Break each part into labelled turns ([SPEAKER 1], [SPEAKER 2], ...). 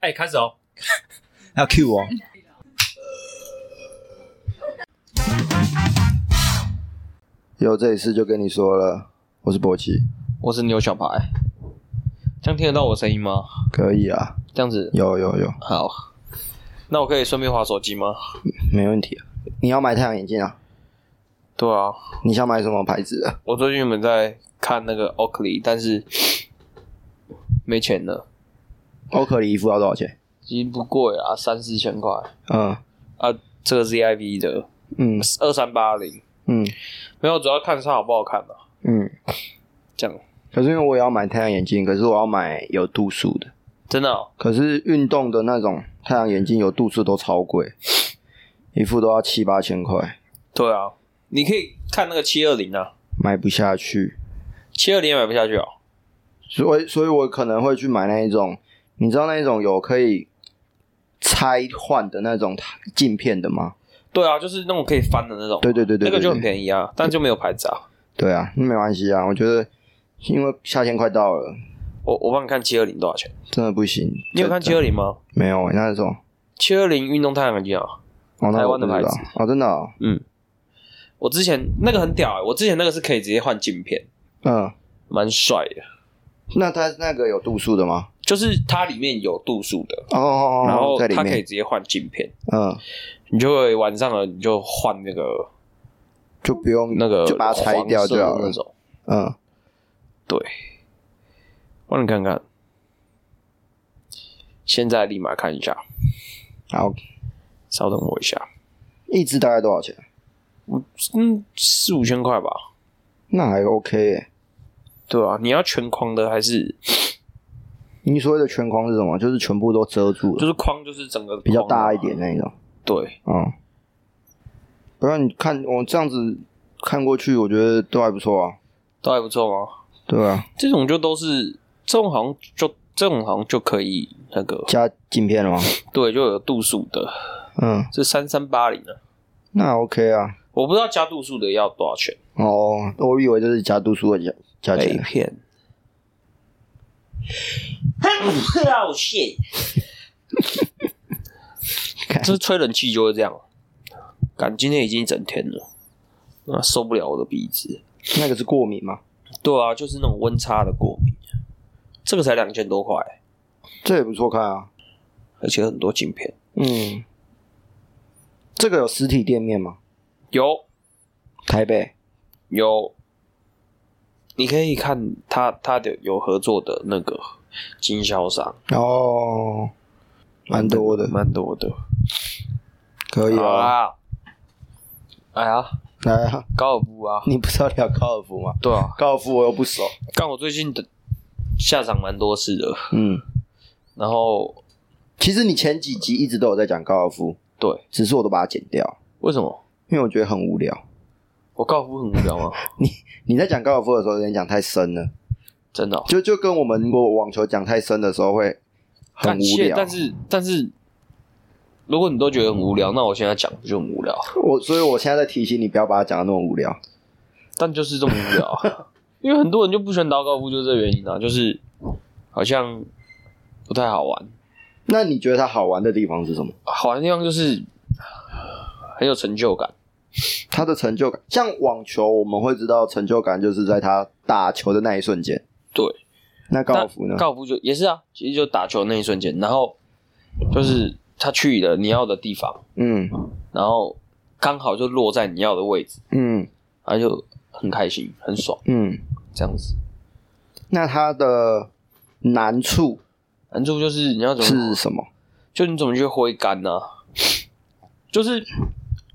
[SPEAKER 1] 哎，开始哦。
[SPEAKER 2] 要 Q 我。
[SPEAKER 3] 有这一次就跟你说了，我是博奇，
[SPEAKER 4] 我是牛小白，哎这样听得到我声音吗？
[SPEAKER 3] 可以啊，
[SPEAKER 4] 这样子
[SPEAKER 3] 有有有，
[SPEAKER 4] 好，那我可以顺便划手机吗？
[SPEAKER 3] 没问题啊。你要买太阳眼镜啊？
[SPEAKER 4] 对啊，
[SPEAKER 3] 你想买什么牌子的？
[SPEAKER 4] 我最近原本在看那个 Oakley，但是没钱了，
[SPEAKER 3] 欧克里一副要多少钱？
[SPEAKER 4] 已经不贵啊，三四千块
[SPEAKER 3] 嗯
[SPEAKER 4] 啊。这个 ZIV 的
[SPEAKER 3] 嗯
[SPEAKER 4] 二三八零，
[SPEAKER 3] 嗯
[SPEAKER 4] 没有，主要看它好不好看啊。
[SPEAKER 3] 嗯。
[SPEAKER 4] 这样
[SPEAKER 3] 可是因为我也要买太阳眼镜，可是我要买有度数的。
[SPEAKER 4] 真的、哦，
[SPEAKER 3] 可是运动的那种太阳眼镜有度数都超贵，一副都要七八千块，
[SPEAKER 4] 对啊，你可以看那个七二零啊，
[SPEAKER 3] 买不下去。
[SPEAKER 4] 七二零也买不下去哦。
[SPEAKER 3] 所以，所以我可能会去买那一种，你知道那一种有可以拆换的那种镜片的吗？
[SPEAKER 4] 对啊，就是那种可以翻的那种，
[SPEAKER 3] 对对对对
[SPEAKER 4] 那个就
[SPEAKER 3] 对
[SPEAKER 4] 很便宜啊，但就没有牌子啊。
[SPEAKER 3] 对啊，那没关系啊，我觉得因为夏天快到了，
[SPEAKER 4] 我我帮你看七二零多少钱？
[SPEAKER 3] 真的不行。
[SPEAKER 4] 你有看七
[SPEAKER 3] 这
[SPEAKER 4] 二零吗？
[SPEAKER 3] 没有、欸？那种
[SPEAKER 4] 七二零运动太阳眼镜啊，
[SPEAKER 3] 哦，那
[SPEAKER 4] 台
[SPEAKER 3] 我
[SPEAKER 4] 湾
[SPEAKER 3] 不
[SPEAKER 4] 的
[SPEAKER 3] 知道
[SPEAKER 4] 牌子
[SPEAKER 3] 哦，真的、哦，
[SPEAKER 4] 嗯，我之前那个很屌、欸，我之前那个是可以直接换镜片，
[SPEAKER 3] 嗯，
[SPEAKER 4] 蛮帅的，
[SPEAKER 3] 那它那个有度数的吗？
[SPEAKER 4] 就是它里面有度数的，
[SPEAKER 3] 哦哦哦，
[SPEAKER 4] 然后
[SPEAKER 3] 在里
[SPEAKER 4] 它可以
[SPEAKER 3] 面，
[SPEAKER 4] 直接换镜片，
[SPEAKER 3] 嗯，
[SPEAKER 4] 你就会晚上了你就换那个
[SPEAKER 3] 就不用
[SPEAKER 4] 那个
[SPEAKER 3] 就把它拆掉就好
[SPEAKER 4] 黄色的
[SPEAKER 3] 了
[SPEAKER 4] 那。种，
[SPEAKER 3] 嗯，
[SPEAKER 4] 对，我让你看看，现在立马看一下，
[SPEAKER 3] 好，
[SPEAKER 4] 稍等我一下，
[SPEAKER 3] 一支大概多少钱？
[SPEAKER 4] 嗯，四五千块吧，
[SPEAKER 3] 那还 OK 欸
[SPEAKER 4] 对啊，你要全框的还是
[SPEAKER 3] 你所谓的全框是什么？就是全部都遮住了，
[SPEAKER 4] 就是框就是整个
[SPEAKER 3] 比较
[SPEAKER 4] 框啊
[SPEAKER 3] 大一，点那种。
[SPEAKER 4] 对。
[SPEAKER 3] 嗯，不然你看我这样子看过去，我觉得都还不错啊。
[SPEAKER 4] 都还不错吗？
[SPEAKER 3] 对啊，
[SPEAKER 4] 这种就都是这种好像就这种好像就可以那个
[SPEAKER 3] 加镜片了吗？
[SPEAKER 4] 对，就有度数的，
[SPEAKER 3] 嗯，
[SPEAKER 4] 这三三八零的，
[SPEAKER 3] 那 OK 啊。
[SPEAKER 4] 我不知道加度数的要多少钱。
[SPEAKER 3] 哦，我以为这是加度数的加加
[SPEAKER 4] 被
[SPEAKER 3] 钱。
[SPEAKER 4] 骗。好谢。这吹冷气 就会这样，感今天已经一整天了，那受不了我的鼻子。
[SPEAKER 3] 那个是过敏吗？
[SPEAKER 4] 对啊，就是那种温差的过敏，啊这个才两千多块，
[SPEAKER 3] 这也不错看啊。
[SPEAKER 4] 而且很多镜片。
[SPEAKER 3] 嗯，这个有实体店面吗？
[SPEAKER 4] 有
[SPEAKER 3] 台北。
[SPEAKER 4] 有，你可以看他他的有合作的那个经销商，
[SPEAKER 3] 哦，蛮多的，
[SPEAKER 4] 蛮多的。
[SPEAKER 3] 可以
[SPEAKER 4] 好
[SPEAKER 3] 啊。
[SPEAKER 4] 啦，哎呀，
[SPEAKER 3] 来啊，
[SPEAKER 4] 高尔夫啊，
[SPEAKER 3] 你不是要聊高尔夫吗？
[SPEAKER 4] 对啊，
[SPEAKER 3] 高尔夫我又不熟。
[SPEAKER 4] 刚我最近的下场蛮多事的，
[SPEAKER 3] 嗯，
[SPEAKER 4] 然后
[SPEAKER 3] 其实你前几集一直都有在讲高尔夫，
[SPEAKER 4] 对，
[SPEAKER 3] 只是我都把它剪掉，
[SPEAKER 4] 为什么
[SPEAKER 3] 因为我觉得很无聊。
[SPEAKER 4] 我高尔夫很无聊 吗？
[SPEAKER 3] 你在讲高尔夫的时候，有点讲太深了，
[SPEAKER 4] 真的哦、
[SPEAKER 3] 就就跟我们如果网球讲太深的时候会很
[SPEAKER 4] 感
[SPEAKER 3] 无
[SPEAKER 4] 谢，
[SPEAKER 3] 聊。
[SPEAKER 4] 但是但是，如果你都觉得很无聊，那我现在讲就很无聊，
[SPEAKER 3] 我所以我现在在提醒你，不要把它讲的那么无聊。
[SPEAKER 4] 但就是这么无聊 啊，因为很多人就不喜欢打高尔夫，就是这个原因啊，就是好像不太好玩。
[SPEAKER 3] 那你觉得它好玩的地方是什么？
[SPEAKER 4] 好玩的地方就是很有成就感，
[SPEAKER 3] 它的成就感，像网球，我们会知道成就感就是在他打球的那一瞬间。
[SPEAKER 4] 对，
[SPEAKER 3] 那高尔夫呢
[SPEAKER 4] 那？高尔夫就也是啊，其实就打球那一瞬间，然后就是他去了你要的地方，
[SPEAKER 3] 嗯
[SPEAKER 4] 然后刚好就落在你要的位置，
[SPEAKER 3] 嗯
[SPEAKER 4] 然后就很开心、很爽
[SPEAKER 3] 嗯，
[SPEAKER 4] 这样子。
[SPEAKER 3] 那它的难处
[SPEAKER 4] 难处就是你要怎么
[SPEAKER 3] 是，什么？
[SPEAKER 4] 就你怎么去挥杆呢、就是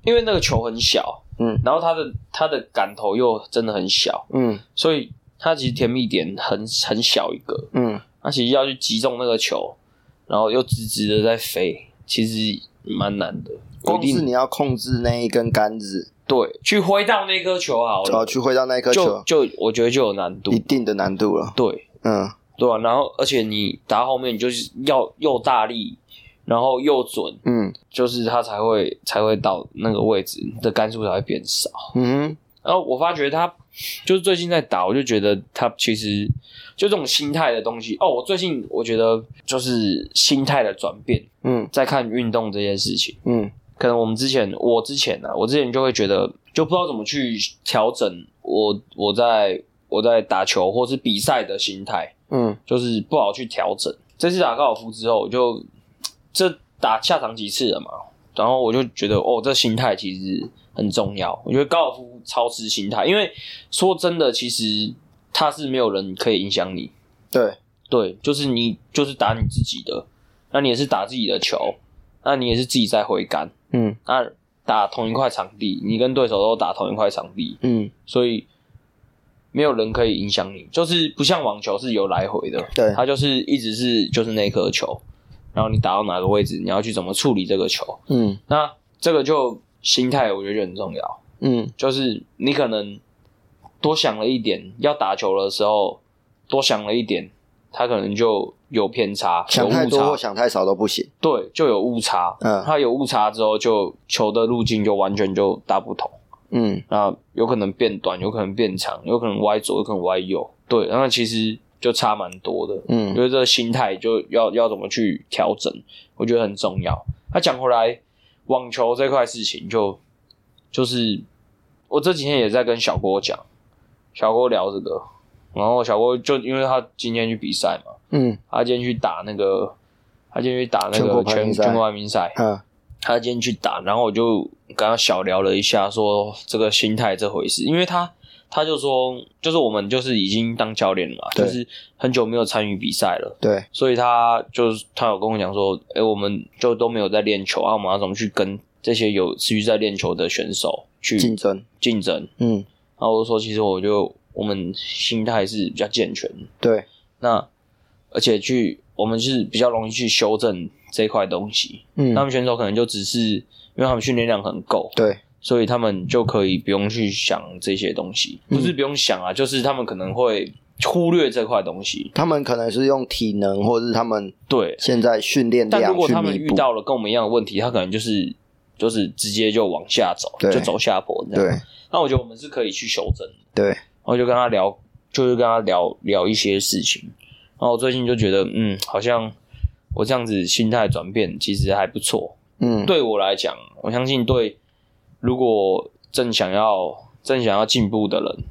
[SPEAKER 4] 因为那个球很小，
[SPEAKER 3] 嗯
[SPEAKER 4] 然后它的它的杆头又真的很小，
[SPEAKER 3] 嗯
[SPEAKER 4] 所以它其实甜蜜点很很小一个，
[SPEAKER 3] 嗯，
[SPEAKER 4] 它其实要去击中那个球，然后又直直的在飞，其实蛮难的。
[SPEAKER 3] 光
[SPEAKER 4] 一
[SPEAKER 3] 是
[SPEAKER 4] 定
[SPEAKER 3] 你要控制那一根杆子，
[SPEAKER 4] 对去挥到那颗球好
[SPEAKER 3] 只要
[SPEAKER 4] 了，
[SPEAKER 3] 哦去挥到那一颗
[SPEAKER 4] 就
[SPEAKER 3] 球，
[SPEAKER 4] 就我觉得就有难度
[SPEAKER 3] 一，定的难度了。
[SPEAKER 4] 对。
[SPEAKER 3] 嗯
[SPEAKER 4] 对啊，然后而且你打到后面，你就是要又大力，然后又准，
[SPEAKER 3] 嗯
[SPEAKER 4] 就是它才会才会到那个位置的杆数才会变少。
[SPEAKER 3] 嗯哼，
[SPEAKER 4] 然后我发觉他就是最近在打，我就觉得他其实就这种心态的东西哦。我最近我觉得就是心态的转变，
[SPEAKER 3] 嗯
[SPEAKER 4] 在看运动这件事情。
[SPEAKER 3] 嗯
[SPEAKER 4] 可能我们之前，我之前呢、啊，我之前就会觉得就不知道怎么去调整我我在我在打球或是比赛的心态。
[SPEAKER 3] 嗯
[SPEAKER 4] 就是不好去调整。这次打高尔夫之后，我就这打下场几次了嘛，然后我就觉得哦，这心态其实很重要。我觉得高尔夫超吃心态，因为说真的，其实它是没有人可以影响你，
[SPEAKER 3] 对，
[SPEAKER 4] 对，就是你就是打你自己的，那你也是打自己的球，那你也是自己在挥杆，
[SPEAKER 3] 嗯
[SPEAKER 4] 那打同一块场地，你跟对手都打同一块场地，
[SPEAKER 3] 嗯
[SPEAKER 4] 所以没有人可以影响你，就是不像网球是有来回的，
[SPEAKER 3] 对
[SPEAKER 4] 它就是一直是就是那颗球，然后你打到哪个位置，你要去怎么处理这个球，
[SPEAKER 3] 嗯
[SPEAKER 4] 那这个就心态我觉得就很重要，
[SPEAKER 3] 嗯
[SPEAKER 4] 就是你可能多想了一点，要打球的时候多想了一点，它可能就有偏差，有
[SPEAKER 3] 想太
[SPEAKER 4] 误
[SPEAKER 3] 多或
[SPEAKER 4] 差，
[SPEAKER 3] 想太少都不行。
[SPEAKER 4] 对，就有误差，
[SPEAKER 3] 嗯
[SPEAKER 4] 它有误差之后就球的路径就完全就大不同。
[SPEAKER 3] 嗯
[SPEAKER 4] 那有可能变短，有可能变长，有可能歪左，有可能歪右。对，那其实就差蛮多的。我
[SPEAKER 3] 嗯
[SPEAKER 4] 觉得这个心态就要要怎么去调整，我觉得很重要。那讲回来，网球这块事情就就是我这几天也在跟小郭讲，小郭聊这个，然后小郭就因为他今天去比赛嘛，
[SPEAKER 3] 嗯
[SPEAKER 4] 他今天去打那个，他今天去打那
[SPEAKER 3] 全国
[SPEAKER 4] 个
[SPEAKER 3] 排
[SPEAKER 4] 全
[SPEAKER 3] 名赛
[SPEAKER 4] 全国排名赛，
[SPEAKER 3] 嗯
[SPEAKER 4] 他今天去打，然后我就跟他小聊了一下，说这个心态这回事，因为他他就说，就是我们就是已经当教练了嘛，
[SPEAKER 3] 对
[SPEAKER 4] 就是很久没有参与比赛了，
[SPEAKER 3] 对，
[SPEAKER 4] 所以他就是他有跟我讲说，哎、我们就都没有在练球啊，我们要怎么去跟这些有持续在练球的选手去
[SPEAKER 3] 竞争。
[SPEAKER 4] 竞争？
[SPEAKER 3] 嗯
[SPEAKER 4] 然后我就说，其实我就我们心态是比较健全的，
[SPEAKER 3] 对，
[SPEAKER 4] 那而且去我们是比较容易去修正这块东西，他
[SPEAKER 3] 嗯
[SPEAKER 4] 们选手可能就只是因为他们训练量很够，
[SPEAKER 3] 对，
[SPEAKER 4] 所以他们就可以不用去想这些东西，
[SPEAKER 3] 嗯
[SPEAKER 4] 不是不用想啊，就是他们可能会忽略这块东西。
[SPEAKER 3] 他们可能是用体能或者是他们
[SPEAKER 4] 对，
[SPEAKER 3] 现在训练
[SPEAKER 4] 但
[SPEAKER 3] 量
[SPEAKER 4] 如果
[SPEAKER 3] 去
[SPEAKER 4] 他们
[SPEAKER 3] 弥
[SPEAKER 4] 遇
[SPEAKER 3] 补。
[SPEAKER 4] 到了跟我们一样的问题，他可能就是就是直接就往下走，
[SPEAKER 3] 对
[SPEAKER 4] 就走下坡这样。
[SPEAKER 3] 对
[SPEAKER 4] 那我觉得我们是可以去修正的。
[SPEAKER 3] 对，
[SPEAKER 4] 然后就跟他聊，就是跟他聊聊一些事情。然后我最近就觉得，嗯，好像我这样子心态转变其实还不错。
[SPEAKER 3] 嗯
[SPEAKER 4] 对我来讲，我相信对如果正想要正想要进步的人，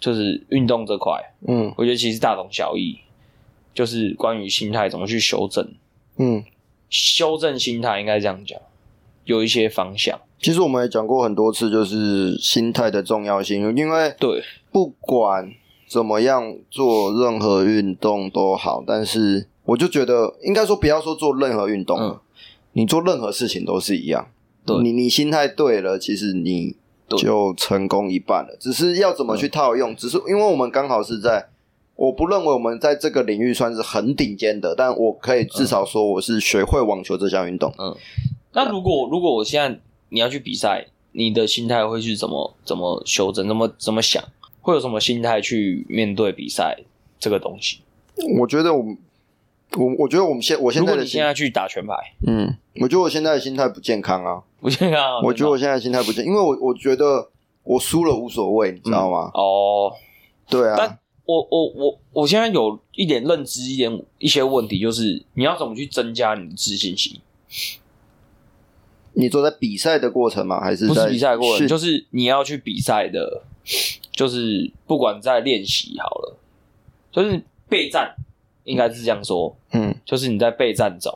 [SPEAKER 4] 就是运动这块，
[SPEAKER 3] 嗯
[SPEAKER 4] 我觉得其实大同小异，就是关于心态怎么去修正，
[SPEAKER 3] 嗯，
[SPEAKER 4] 修正心态应该这样讲，有一些方向。
[SPEAKER 3] 其实我们也讲过很多次，就是心态的重要性，因为
[SPEAKER 4] 对，
[SPEAKER 3] 不管怎么样做任何运动都好，但是我就觉得应该说不要说做任何运动，啊
[SPEAKER 4] 嗯
[SPEAKER 3] 你做任何事情都是一样。
[SPEAKER 4] 对
[SPEAKER 3] 你你心态对了，其实你
[SPEAKER 4] 对嗯
[SPEAKER 3] 就成功一半了。只是要怎么去套用，只是因为我们刚好是在，我不认为我们在这个领域算是很顶尖的，但我可以至少说我是学会网球这项运动。
[SPEAKER 4] 那如果如果我现在你要去比赛，你的心态会去怎么怎么修正，怎么怎么想，会有什么心态去面对比赛这个东西？
[SPEAKER 3] 我觉得我们我我觉得我们现我现
[SPEAKER 4] 嗯如
[SPEAKER 3] 在
[SPEAKER 4] 果
[SPEAKER 3] 的
[SPEAKER 4] 你
[SPEAKER 3] 心
[SPEAKER 4] 现在去打全牌，
[SPEAKER 3] 嗯，我觉得我现在的心态不健康啊。
[SPEAKER 4] 我觉得啊，
[SPEAKER 3] 我觉得我现在心态不健，因为我我觉得我输了无所谓，你知道吗？
[SPEAKER 4] 哦，
[SPEAKER 3] 对
[SPEAKER 4] 嗯但
[SPEAKER 3] 啊，
[SPEAKER 4] 我我我我现在有一点认知，一点一些问题，就是你要怎么去增加你的自信心？
[SPEAKER 3] 你说在比赛的过程吗？还是
[SPEAKER 4] 不是
[SPEAKER 3] 在
[SPEAKER 4] 比赛过程，
[SPEAKER 3] 训
[SPEAKER 4] 就是你要去比赛的，就是不管在练习好了，就是备战，应该是这样说，
[SPEAKER 3] 嗯
[SPEAKER 4] 就是你在备战中，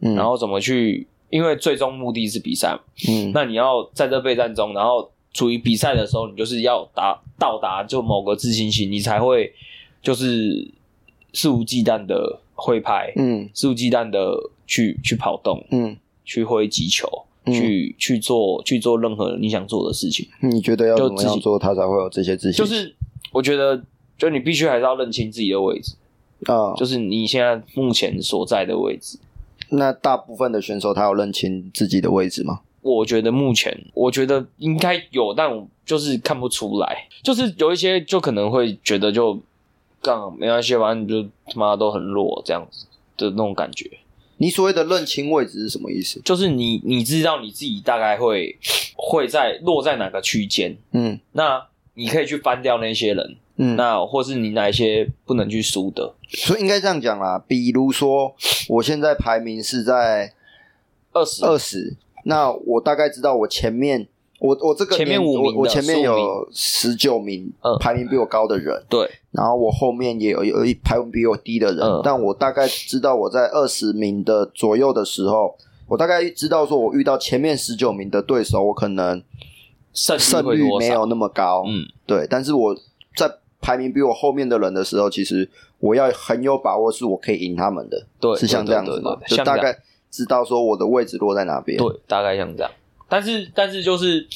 [SPEAKER 3] 嗯，
[SPEAKER 4] 然后怎么去，因为最终目的是比赛嘛，
[SPEAKER 3] 嗯
[SPEAKER 4] 那你要在这备战中，然后处于比赛的时候，你就是要达到达就某个自信心，你才会就是肆无忌惮的挥拍，
[SPEAKER 3] 嗯
[SPEAKER 4] 肆无忌惮的去去跑动，
[SPEAKER 3] 嗯，
[SPEAKER 4] 去挥击球，
[SPEAKER 3] 嗯
[SPEAKER 4] 去去做去做任何你想做的事情。
[SPEAKER 3] 你觉得要
[SPEAKER 4] 就
[SPEAKER 3] 怎么
[SPEAKER 4] 自
[SPEAKER 3] 样
[SPEAKER 4] 己
[SPEAKER 3] 做，他才会有这些自信？
[SPEAKER 4] 就是我觉得，就你必须还是要认清自己的位置，
[SPEAKER 3] 啊，
[SPEAKER 4] 就是你现在目前所在的位置。
[SPEAKER 3] 那大部分的选手他有认清自己的位置吗？
[SPEAKER 4] 我觉得目前，我觉得应该有，但我就是看不出来。就是有一些就可能会觉得就杠没关系，反正你就他妈都很弱这样子的那种感觉。
[SPEAKER 3] 你所谓的认清位置是什么意思？
[SPEAKER 4] 就是你你知道你自己大概会会在落在哪个区间，
[SPEAKER 3] 嗯
[SPEAKER 4] 那你可以去翻掉那些人，
[SPEAKER 3] 嗯，
[SPEAKER 4] 那或是你哪一些不能去输的
[SPEAKER 3] 所以应该这样讲啦。比如说，我现在排名是在
[SPEAKER 4] 二十
[SPEAKER 3] 二十，那我大概知道我前面，我我这个
[SPEAKER 4] 前面
[SPEAKER 3] 年
[SPEAKER 4] 五名
[SPEAKER 3] 我我
[SPEAKER 4] 的
[SPEAKER 3] 前面
[SPEAKER 4] 15
[SPEAKER 3] 有十九名
[SPEAKER 4] 嗯
[SPEAKER 3] 排名比我高的人，
[SPEAKER 4] 对，
[SPEAKER 3] 然后我后面也有有一排名比我低的人，
[SPEAKER 4] 嗯
[SPEAKER 3] 但我大概知道我在二十名的左右的时候，我大概知道说我遇到前面十九名的对手，我可能
[SPEAKER 4] 胜率
[SPEAKER 3] 胜
[SPEAKER 4] 会
[SPEAKER 3] 率
[SPEAKER 4] 多
[SPEAKER 3] 没
[SPEAKER 4] 少？
[SPEAKER 3] 有那么高，
[SPEAKER 4] 嗯，
[SPEAKER 3] 对。但是我在排名比我后面的人的时候，其实我要很有把握，是我可以赢他们的，
[SPEAKER 4] 对，
[SPEAKER 3] 是像
[SPEAKER 4] 对
[SPEAKER 3] 这样
[SPEAKER 4] 对
[SPEAKER 3] 子
[SPEAKER 4] 对
[SPEAKER 3] 嘛？
[SPEAKER 4] 对
[SPEAKER 3] 就
[SPEAKER 4] 像这
[SPEAKER 3] 大
[SPEAKER 4] 样
[SPEAKER 3] 概知道说我的位置落在哪边，
[SPEAKER 4] 对，大概像这样。但是，但是就是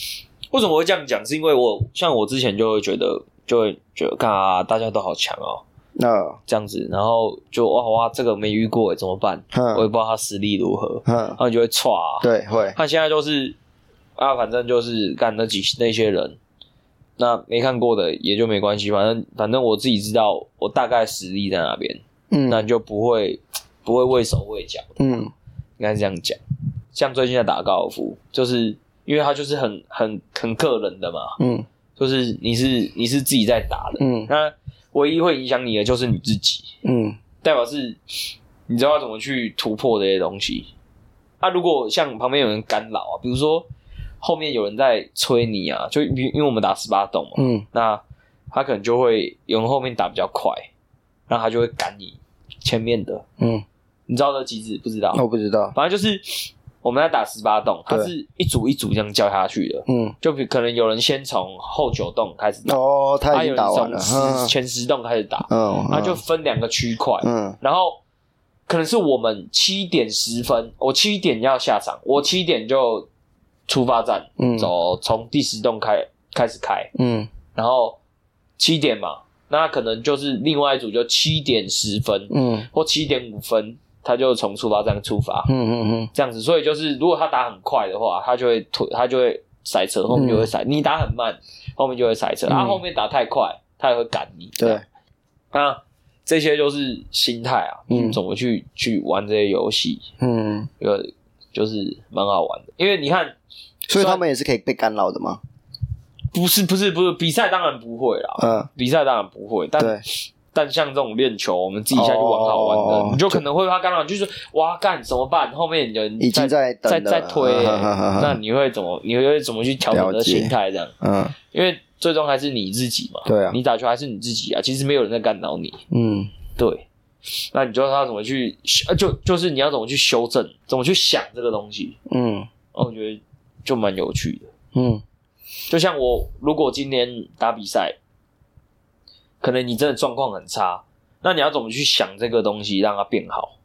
[SPEAKER 4] 为什么会这样讲？是因为我像我之前就会觉得，就会觉得，看啊，大家都好强哦，
[SPEAKER 3] 那
[SPEAKER 4] 这样子，然后就哇哇，这个没遇过欸耶，怎么办？我也
[SPEAKER 3] 哼
[SPEAKER 4] 不知道他实力如何，
[SPEAKER 3] 哼
[SPEAKER 4] 然，后你就会歘、啊。
[SPEAKER 3] 嗯对，会，
[SPEAKER 4] 他现在就是啊，反正就是干那几那些人，那没看过的也就没关系，反正反正我自己知道我大概实力在哪边，那
[SPEAKER 3] 嗯
[SPEAKER 4] 你就不会不会畏手畏脚。
[SPEAKER 3] 嗯
[SPEAKER 4] 应该是这样讲。像最近在打高尔夫，就是因为它就是很很很个人的嘛，
[SPEAKER 3] 嗯
[SPEAKER 4] 就是你是你是自己在打的，
[SPEAKER 3] 嗯
[SPEAKER 4] 那唯一会影响你的就是你自己，
[SPEAKER 3] 嗯
[SPEAKER 4] 代表是你知道要怎么去突破这些东西。那、如果像旁边有人干扰啊，比如说后面有人在催你啊，就因因为我们打十八洞嘛，
[SPEAKER 3] 嗯
[SPEAKER 4] 那他可能就会有人后面打比较快，那他就会赶你前面的，
[SPEAKER 3] 嗯，
[SPEAKER 4] 你知道这机制不知道？
[SPEAKER 3] 那我不知道，
[SPEAKER 4] 反正就是我们在打十八洞，它
[SPEAKER 3] 哦对
[SPEAKER 4] 是一组一组这样叫下去的。
[SPEAKER 3] 嗯。
[SPEAKER 4] 就比可能有人先从后九洞开始打，
[SPEAKER 3] 哦，他
[SPEAKER 4] 他
[SPEAKER 3] 已经
[SPEAKER 4] 有人
[SPEAKER 3] 打完
[SPEAKER 4] 从
[SPEAKER 3] 了，
[SPEAKER 4] 十
[SPEAKER 3] 嗯
[SPEAKER 4] 前十洞开始打，
[SPEAKER 3] 嗯，
[SPEAKER 4] 他就分两个区块，
[SPEAKER 3] 嗯
[SPEAKER 4] 然后可能是我们七点十分，我七点要下场，我七点就出发站，
[SPEAKER 3] 嗯
[SPEAKER 4] 走从第十洞开开始开，
[SPEAKER 3] 嗯
[SPEAKER 4] 然后七点嘛，那可能就是另外一组就七点十分
[SPEAKER 3] 嗯
[SPEAKER 4] 或七点五分，他就从出发站出发，
[SPEAKER 3] 嗯嗯
[SPEAKER 4] 这样子，所以就是如果他打很快的话，他就会推，他就会塞车，后面就会塞；你打很慢，后面就会塞车。
[SPEAKER 3] 嗯
[SPEAKER 4] 他、后面打太快，他也会赶你。
[SPEAKER 3] 对
[SPEAKER 4] 这样，那这些就是心态啊，
[SPEAKER 3] 嗯
[SPEAKER 4] 你怎么去去玩这些游戏，
[SPEAKER 3] 嗯，
[SPEAKER 4] 呃，就是蛮好玩的。因为你看，
[SPEAKER 3] 所以他们也是可以被干扰的嘛，
[SPEAKER 4] 不是不是不是比赛当然不会啦，
[SPEAKER 3] 嗯，
[SPEAKER 4] 比赛当然不会，但
[SPEAKER 3] 对，
[SPEAKER 4] 但像这种练球，我们自己下去玩好玩的，
[SPEAKER 3] 哦
[SPEAKER 4] 你就可能会怕干扰，就是哇干怎么办？后面有人
[SPEAKER 3] 已经在等
[SPEAKER 4] 在
[SPEAKER 3] 了，
[SPEAKER 4] 在推、欸，
[SPEAKER 3] 嗯嗯嗯
[SPEAKER 4] 那
[SPEAKER 3] 嗯
[SPEAKER 4] 你会怎么？你会怎么去调整你的
[SPEAKER 3] 了解
[SPEAKER 4] 心 态？这样，
[SPEAKER 3] 嗯
[SPEAKER 4] 因为最终还是你自己嘛。
[SPEAKER 3] 对啊
[SPEAKER 4] 你打球还是你自己啊，其实没有人在干扰你。
[SPEAKER 3] 嗯
[SPEAKER 4] 对，那你就要怎么去，呃就就是你要怎么去修正，怎么去想这个东西。
[SPEAKER 3] 嗯
[SPEAKER 4] 然后我觉得就蛮有趣的。
[SPEAKER 3] 嗯
[SPEAKER 4] 就像我，如果今天打比赛，可能你真的状况很差，那你要怎么去想这个东西让它变好？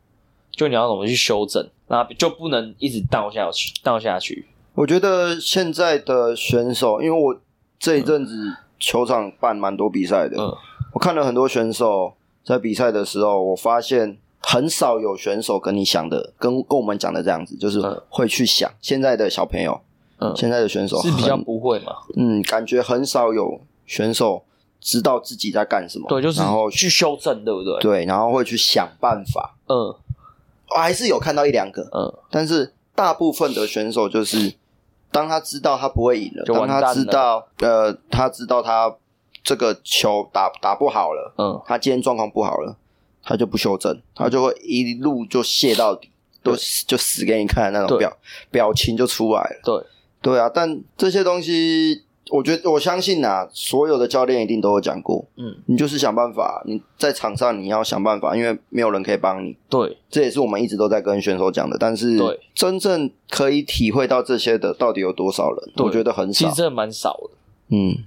[SPEAKER 4] 就你要怎么去修正，那就不能一直倒下去，倒下去。
[SPEAKER 3] 我觉得现在的选手，因为我这一阵子球场办蛮多比赛的，
[SPEAKER 4] 嗯
[SPEAKER 3] 我看了很多选手在比赛的时候，我发现很少有选手跟你想的，跟跟我们讲的这样子，就是
[SPEAKER 4] 嗯
[SPEAKER 3] 会去想。现在的小朋友，
[SPEAKER 4] 嗯，
[SPEAKER 3] 现在的选手
[SPEAKER 4] 是比较
[SPEAKER 3] 很
[SPEAKER 4] 不会嘛？
[SPEAKER 3] 嗯，感觉很少有选手知道自己在干什么，
[SPEAKER 4] 对，就是
[SPEAKER 3] 然后
[SPEAKER 4] 去修正，对不对？，
[SPEAKER 3] 对，然后会去想办法。
[SPEAKER 4] 嗯
[SPEAKER 3] 我还是有看到一两个，
[SPEAKER 4] 嗯，
[SPEAKER 3] 但是大部分的选手就是，当他知道他不会赢了，
[SPEAKER 4] 就完
[SPEAKER 3] 当
[SPEAKER 4] 蛋了
[SPEAKER 3] 他知道呃，他知道他这个球打打不好了，
[SPEAKER 4] 嗯，
[SPEAKER 3] 他今天状况不好了，他就不修正，他就会一路就卸到底，
[SPEAKER 4] 对
[SPEAKER 3] 都死就死给你看的那种
[SPEAKER 4] 对
[SPEAKER 3] 表表情就出来了。
[SPEAKER 4] 对，
[SPEAKER 3] 对啊，但这些东西，我觉得我相信啊，所有的教练一定都有讲过，
[SPEAKER 4] 嗯，
[SPEAKER 3] 你就是想办法，你在场上你要想办法，因为没有人可以帮你。
[SPEAKER 4] 对，
[SPEAKER 3] 这也是我们一直都在跟选手讲的，但是
[SPEAKER 4] 对
[SPEAKER 3] 真正可以体会到这些的到底有多少人？
[SPEAKER 4] 对
[SPEAKER 3] 我觉得很
[SPEAKER 4] 其
[SPEAKER 3] 少
[SPEAKER 4] 实。真的蛮少的。
[SPEAKER 3] 嗯，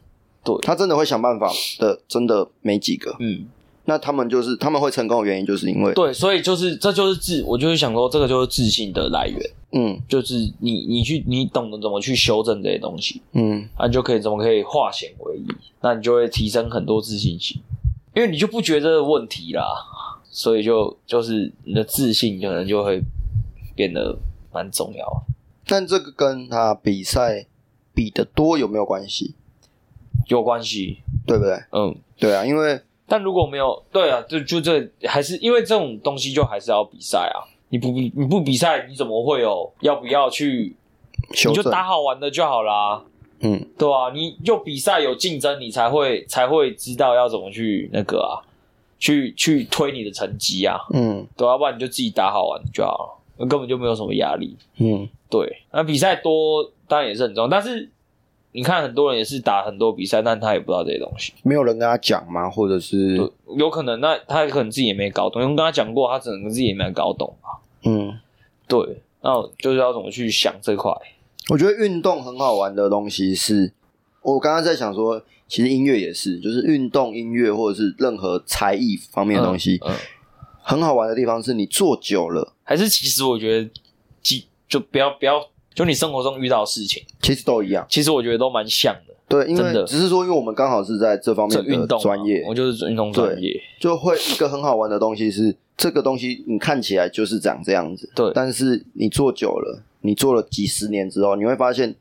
[SPEAKER 4] 对
[SPEAKER 3] 他真的会想办法的，真的没几个。
[SPEAKER 4] 嗯，
[SPEAKER 3] 那他们就是他们会成功的原因，就是因为
[SPEAKER 4] 对，所以就是这就是自，我就是想说，这个就是自信的来源，
[SPEAKER 3] 嗯
[SPEAKER 4] 就是你你去你懂得怎么去修正这些东西，
[SPEAKER 3] 嗯
[SPEAKER 4] 啊那你就可以怎么可以化险为夷，那你就会提升很多自信心，因为你就不觉得这个问题啦，所以就就是你的自信可能就会变得蛮重要啊。
[SPEAKER 3] 但这个跟他比赛比的多有没有关系？
[SPEAKER 4] 有关系，
[SPEAKER 3] 对不对？
[SPEAKER 4] 嗯，
[SPEAKER 3] 对啊，因为
[SPEAKER 4] 但如果没有，对啊，就就这还是因为这种东西就还是要比赛啊。你不你不比赛，你怎么会有要不要去
[SPEAKER 3] 修
[SPEAKER 4] 你就
[SPEAKER 3] 正，
[SPEAKER 4] 打好玩的就好啦。
[SPEAKER 3] 嗯，
[SPEAKER 4] 对啊，你有比赛有竞争，你才会才会知道要怎么去那个啊，去去推你的成绩啊，
[SPEAKER 3] 嗯
[SPEAKER 4] 对啊，要不然你就自己打好玩就好了，根本就没有什么压力。
[SPEAKER 3] 嗯，
[SPEAKER 4] 对，那比赛多当然也是很重要，但是你看很多人也是打很多比赛，但他也不知道这些东西，
[SPEAKER 3] 没有人跟他讲吗？或者是
[SPEAKER 4] 有可能那他可能自己也没搞懂，因为我跟他讲过，他整个自己也没搞懂啊。
[SPEAKER 3] 嗯，
[SPEAKER 4] 对，那我就是要怎么去想这块，
[SPEAKER 3] 我觉得运动很好玩的东西是，我刚刚在想说，其实音乐也是，就是运动、音乐或者是任何才艺方面的东西，
[SPEAKER 4] 嗯嗯
[SPEAKER 3] 很好玩的地方是你做久了，
[SPEAKER 4] 还是其实我觉得，即就不要不要，就你生活中遇到的事情，
[SPEAKER 3] 其实都一样。
[SPEAKER 4] 其实我觉得都蛮像的。
[SPEAKER 3] 对，因
[SPEAKER 4] 真的
[SPEAKER 3] 为只是说，因为我们刚好是在这方
[SPEAKER 4] 这
[SPEAKER 3] 面
[SPEAKER 4] 运
[SPEAKER 3] 的
[SPEAKER 4] 动啊
[SPEAKER 3] 专业，
[SPEAKER 4] 我就是运动专业，
[SPEAKER 3] 就会一个很好玩的东西是，这个东西你看起来就是长这样子，
[SPEAKER 4] 对
[SPEAKER 3] 但是你做久了，你做了几十年之后，你会发现，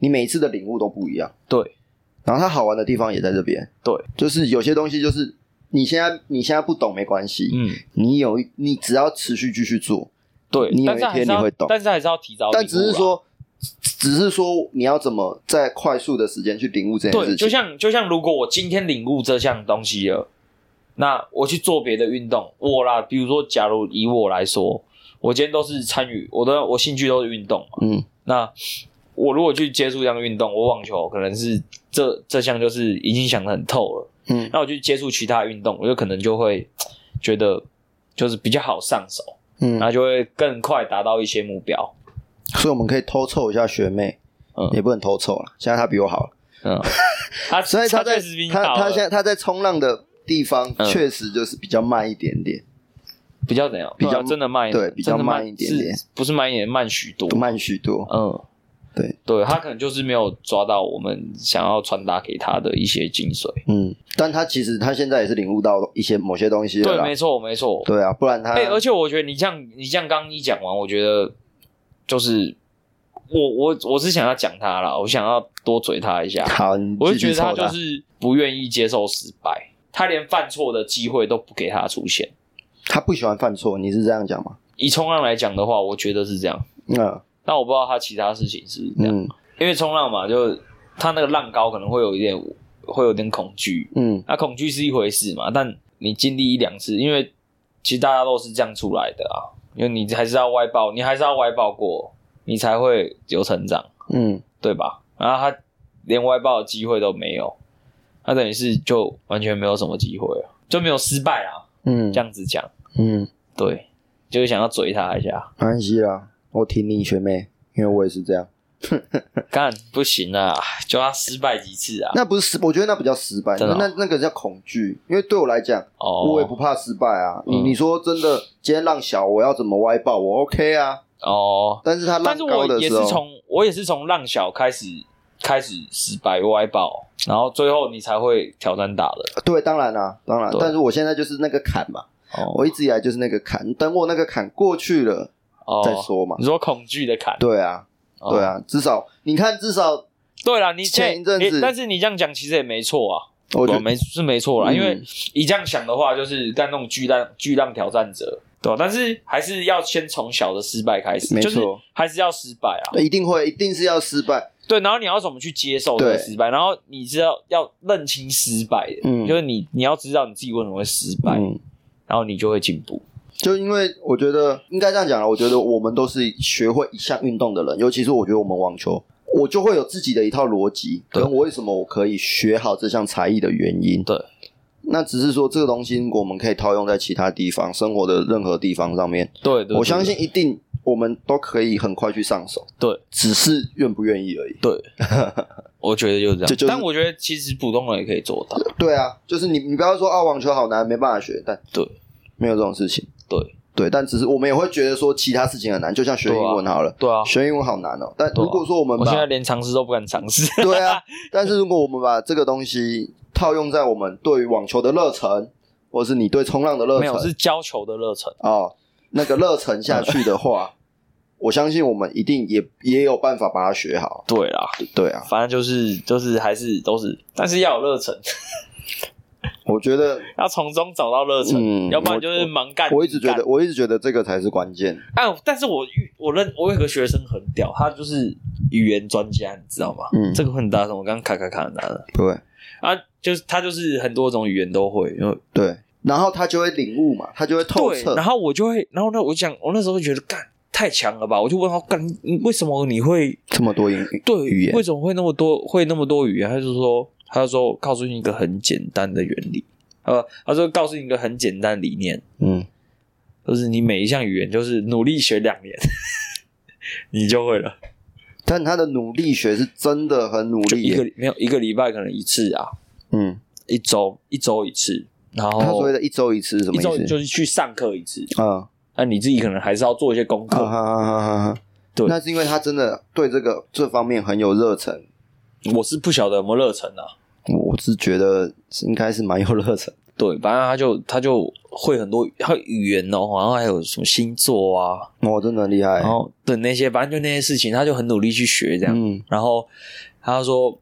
[SPEAKER 3] 你每一次的领悟都不一样。
[SPEAKER 4] 对，
[SPEAKER 3] 然后它好玩的地方也在这边。
[SPEAKER 4] 对，
[SPEAKER 3] 就是有些东西就是你现在你现在不懂没关系，
[SPEAKER 4] 嗯，
[SPEAKER 3] 你有一你只要持续继续做，
[SPEAKER 4] 对。
[SPEAKER 3] 你有
[SPEAKER 4] 但是还是
[SPEAKER 3] 一天
[SPEAKER 4] 要
[SPEAKER 3] 你会懂
[SPEAKER 4] 但是还是要提早领悟啦，啊
[SPEAKER 3] 但只是说，只是说你要怎么在快速的时间去领悟这件事情。
[SPEAKER 4] 对，就像就像如果我今天领悟这项东西了，那我去做别的运动，我啦，比如说，假如以我来说，我今天都是参与，我的我兴趣都是运动嘛，
[SPEAKER 3] 嗯
[SPEAKER 4] 那我如果去接触一项运动，我网球可能是这这项就是已经想得很透了，
[SPEAKER 3] 嗯
[SPEAKER 4] 那我去接触其他运动，我就可能就会觉得就是比较好上手，然
[SPEAKER 3] 嗯，
[SPEAKER 4] 后就会更快达到一些目标。
[SPEAKER 3] 所以我们可以偷凑一下学妹，
[SPEAKER 4] 嗯
[SPEAKER 3] 也不能偷凑了，现在她比我好了。
[SPEAKER 4] 嗯， 他
[SPEAKER 3] 所以他在
[SPEAKER 4] 确实比你
[SPEAKER 3] 他
[SPEAKER 4] 好
[SPEAKER 3] 他
[SPEAKER 4] 了
[SPEAKER 3] 现在他在冲浪的地方
[SPEAKER 4] 嗯
[SPEAKER 3] 确实就是比较慢一点点，
[SPEAKER 4] 比较怎样？
[SPEAKER 3] 比较
[SPEAKER 4] 对啊真的慢一点，
[SPEAKER 3] 对比较
[SPEAKER 4] 真的慢
[SPEAKER 3] 慢一点点
[SPEAKER 4] 是不是慢一点，慢许多。
[SPEAKER 3] 慢许多。
[SPEAKER 4] 嗯，
[SPEAKER 3] 对
[SPEAKER 4] 对，他可能就是没有抓到我们想要传达给他的一些精髓。
[SPEAKER 3] 嗯，但他其实他现在也是领悟到一些某些东西了
[SPEAKER 4] 对，
[SPEAKER 3] 啦
[SPEAKER 4] 没。错，没错。
[SPEAKER 3] 对啊，不然他
[SPEAKER 4] 哎、而且我觉得你这样，你这样刚刚一讲完，我觉得就是我我我是想要讲他啦，我想要多嘴他一下。
[SPEAKER 3] 好，你
[SPEAKER 4] 我
[SPEAKER 3] 继
[SPEAKER 4] 就觉
[SPEAKER 3] 续啊凑
[SPEAKER 4] 得他就
[SPEAKER 3] 他。
[SPEAKER 4] 是不愿意接受失败，他连犯错的机会都不给他出现。
[SPEAKER 3] 他不喜欢犯错，你是这样讲吗？
[SPEAKER 4] 以冲浪来讲的话，我觉得是这样。
[SPEAKER 3] 嗯
[SPEAKER 4] 但我不知道他其他事情是不是这样，
[SPEAKER 3] 嗯
[SPEAKER 4] 因为冲浪嘛，就他那个浪高可能会有一点会有点恐惧，
[SPEAKER 3] 嗯
[SPEAKER 4] 那、恐惧是一回事嘛，但你经历一两次，因为其实大家都是这样出来的啊，因为你还是要歪爆，你还是要歪爆过，你才会有成长。
[SPEAKER 3] 嗯，
[SPEAKER 4] 对吧？然后他连歪爆的机会都没有，他等于是就完全没有什么机会啊，就没有失败啊。
[SPEAKER 3] 嗯
[SPEAKER 4] 这样子讲，
[SPEAKER 3] 嗯，
[SPEAKER 4] 对，就是想要嘴他一下，
[SPEAKER 3] 没关系啦，我挺你学妹，因为我也是这样。
[SPEAKER 4] 干不行啊，就他失败几次啊。
[SPEAKER 3] 那不是失，我觉得那比较失败，
[SPEAKER 4] 真的哦
[SPEAKER 3] 那那个叫恐惧。因为对我来讲，
[SPEAKER 4] 哦，
[SPEAKER 3] 我也不怕失败啊。你
[SPEAKER 4] 嗯
[SPEAKER 3] 你说真的，今天浪小，我要怎么歪爆？我 OK 啊。
[SPEAKER 4] 哦，
[SPEAKER 3] 但是他浪
[SPEAKER 4] 但是
[SPEAKER 3] 高
[SPEAKER 4] 我
[SPEAKER 3] 的
[SPEAKER 4] 也
[SPEAKER 3] 时
[SPEAKER 4] 是
[SPEAKER 3] 候，
[SPEAKER 4] 从我也是从浪小开始开始失败歪爆，然后最后你才会挑战大的。
[SPEAKER 3] 对，当然啦、当然
[SPEAKER 4] 对，
[SPEAKER 3] 但是我现在就是那个坎嘛，
[SPEAKER 4] 哦
[SPEAKER 3] 我一直以来就是那个坎，等我那个坎过去了
[SPEAKER 4] 哦，
[SPEAKER 3] 再说嘛。
[SPEAKER 4] 你说恐惧的坎，
[SPEAKER 3] 对啊，
[SPEAKER 4] 哦
[SPEAKER 3] 对啊，至少你看，至少
[SPEAKER 4] 对啦，你
[SPEAKER 3] 前一阵子
[SPEAKER 4] 欸但是你这样讲其实也没错啊。
[SPEAKER 3] 我觉
[SPEAKER 4] 对啊
[SPEAKER 3] 得，
[SPEAKER 4] 没是没错啦，
[SPEAKER 3] 嗯
[SPEAKER 4] 因为一这样想的话，就是干那种巨浪巨浪挑战者，对啊吧、但是还是要先从小的失败开始，
[SPEAKER 3] 没
[SPEAKER 4] 就
[SPEAKER 3] 错
[SPEAKER 4] 是还是要失败啊。
[SPEAKER 3] 一定会，一定是要失败。
[SPEAKER 4] 对，然后你要怎么去接受这个失败？然后你知道要认清失败的，
[SPEAKER 3] 嗯
[SPEAKER 4] 就是你你要知道你自己为什么会失败，
[SPEAKER 3] 嗯，
[SPEAKER 4] 然后你就会进步。
[SPEAKER 3] 就因为我觉得应该这样讲了，我觉得我们都是学会一项运动的人，尤其是我觉得我们网球。我就会有自己的一套逻辑，
[SPEAKER 4] 对
[SPEAKER 3] 跟我为什么我可以学好这项才艺的原因。
[SPEAKER 4] 对，
[SPEAKER 3] 那只是说这个东西，如果我们可以套用在其他地方、生活的任何地方上面，
[SPEAKER 4] 对对
[SPEAKER 3] 我相信一定我们都可以很快去上手，
[SPEAKER 4] 对，
[SPEAKER 3] 只是愿不愿意而已。
[SPEAKER 4] 我觉得就是这样。
[SPEAKER 3] 这就是
[SPEAKER 4] 但我觉得其实普通人也可以做到。
[SPEAKER 3] 对啊，就是你你不要说啊网球好难，没办法学，但
[SPEAKER 4] 对，
[SPEAKER 3] 没有这种事情。
[SPEAKER 4] 对
[SPEAKER 3] 对，但只是我们也会觉得说其他事情很难，就像学英文好了，
[SPEAKER 4] 对啊，
[SPEAKER 3] 学英文好难哦。但
[SPEAKER 4] 对啊
[SPEAKER 3] 如果说我们
[SPEAKER 4] 我现在
[SPEAKER 3] 把
[SPEAKER 4] 连 尝试都不敢尝试。
[SPEAKER 3] 对啊，但是如果我们把这个东西套用在我们对于网球的热忱，或是你对冲浪的热
[SPEAKER 4] 没有，
[SPEAKER 3] 忱
[SPEAKER 4] 是教球的热忱。
[SPEAKER 3] 哦，那个热忱下去的 话，我相信我们一定也也有办法把它学好。
[SPEAKER 4] 对啦，
[SPEAKER 3] 对啊，
[SPEAKER 4] 反正就是就是还是都是，但是要有热忱。
[SPEAKER 3] 我觉得
[SPEAKER 4] 要从中找到热忱，
[SPEAKER 3] 嗯
[SPEAKER 4] 要不然
[SPEAKER 3] 我
[SPEAKER 4] 就是盲干。
[SPEAKER 3] 我一直觉得
[SPEAKER 4] 干，
[SPEAKER 3] 我一直觉得这个才是关键。
[SPEAKER 4] 啊，但是我遇我认我有个学生很屌，他就是语言专家，你知道吗？
[SPEAKER 3] 嗯
[SPEAKER 4] 这个很大声，我刚刚咔咔咔很大声
[SPEAKER 3] 对
[SPEAKER 4] 啊，就是他就是很多种语言都会，然后
[SPEAKER 3] 对，然后他就会领悟嘛，他就会透
[SPEAKER 4] 对，
[SPEAKER 3] 彻
[SPEAKER 4] 然。后我就会，然后呢，我讲，我那时候就觉得干太强了吧，我就问他干，你为什么你会
[SPEAKER 3] 这么多英
[SPEAKER 4] 对
[SPEAKER 3] 语言
[SPEAKER 4] 为，什么会那么多会那么多语言？他就说，他就说告诉你一个很简单的原理，呃，他说告诉你一个很简单的理念，
[SPEAKER 3] 嗯，
[SPEAKER 4] 就是你每一项语言就是努力学两年， 你就会了。
[SPEAKER 3] 但他的努力学是真的很努
[SPEAKER 4] 就
[SPEAKER 3] 力
[SPEAKER 4] 一个
[SPEAKER 3] 耶。
[SPEAKER 4] 礼没有一个礼拜可能一次啊，
[SPEAKER 3] 嗯，
[SPEAKER 4] 一周一周一次，然
[SPEAKER 3] 他所
[SPEAKER 4] 后
[SPEAKER 3] 谓的一周一次是什
[SPEAKER 4] 一
[SPEAKER 3] 么
[SPEAKER 4] 周
[SPEAKER 3] 意
[SPEAKER 4] 就
[SPEAKER 3] 思？
[SPEAKER 4] 是去上课一次，
[SPEAKER 3] 啊
[SPEAKER 4] 那你自己可能还是要做一些功
[SPEAKER 3] 啊
[SPEAKER 4] 课。
[SPEAKER 3] 哈哈哈哈哈！
[SPEAKER 4] 对
[SPEAKER 3] 那是因为他真的对这个这方面很有热忱。
[SPEAKER 4] 我是不晓得有没有热忱啊。
[SPEAKER 3] 我是觉得是应该是蛮有热忱。
[SPEAKER 4] 对，反正他就他就会很多，他语言哦，然后还有什么星座啊，
[SPEAKER 3] 我哦真的很厉害
[SPEAKER 4] 然。后对那些，反正就那些事情，他就很努力去学哦这样。
[SPEAKER 3] 嗯，
[SPEAKER 4] 然后他说，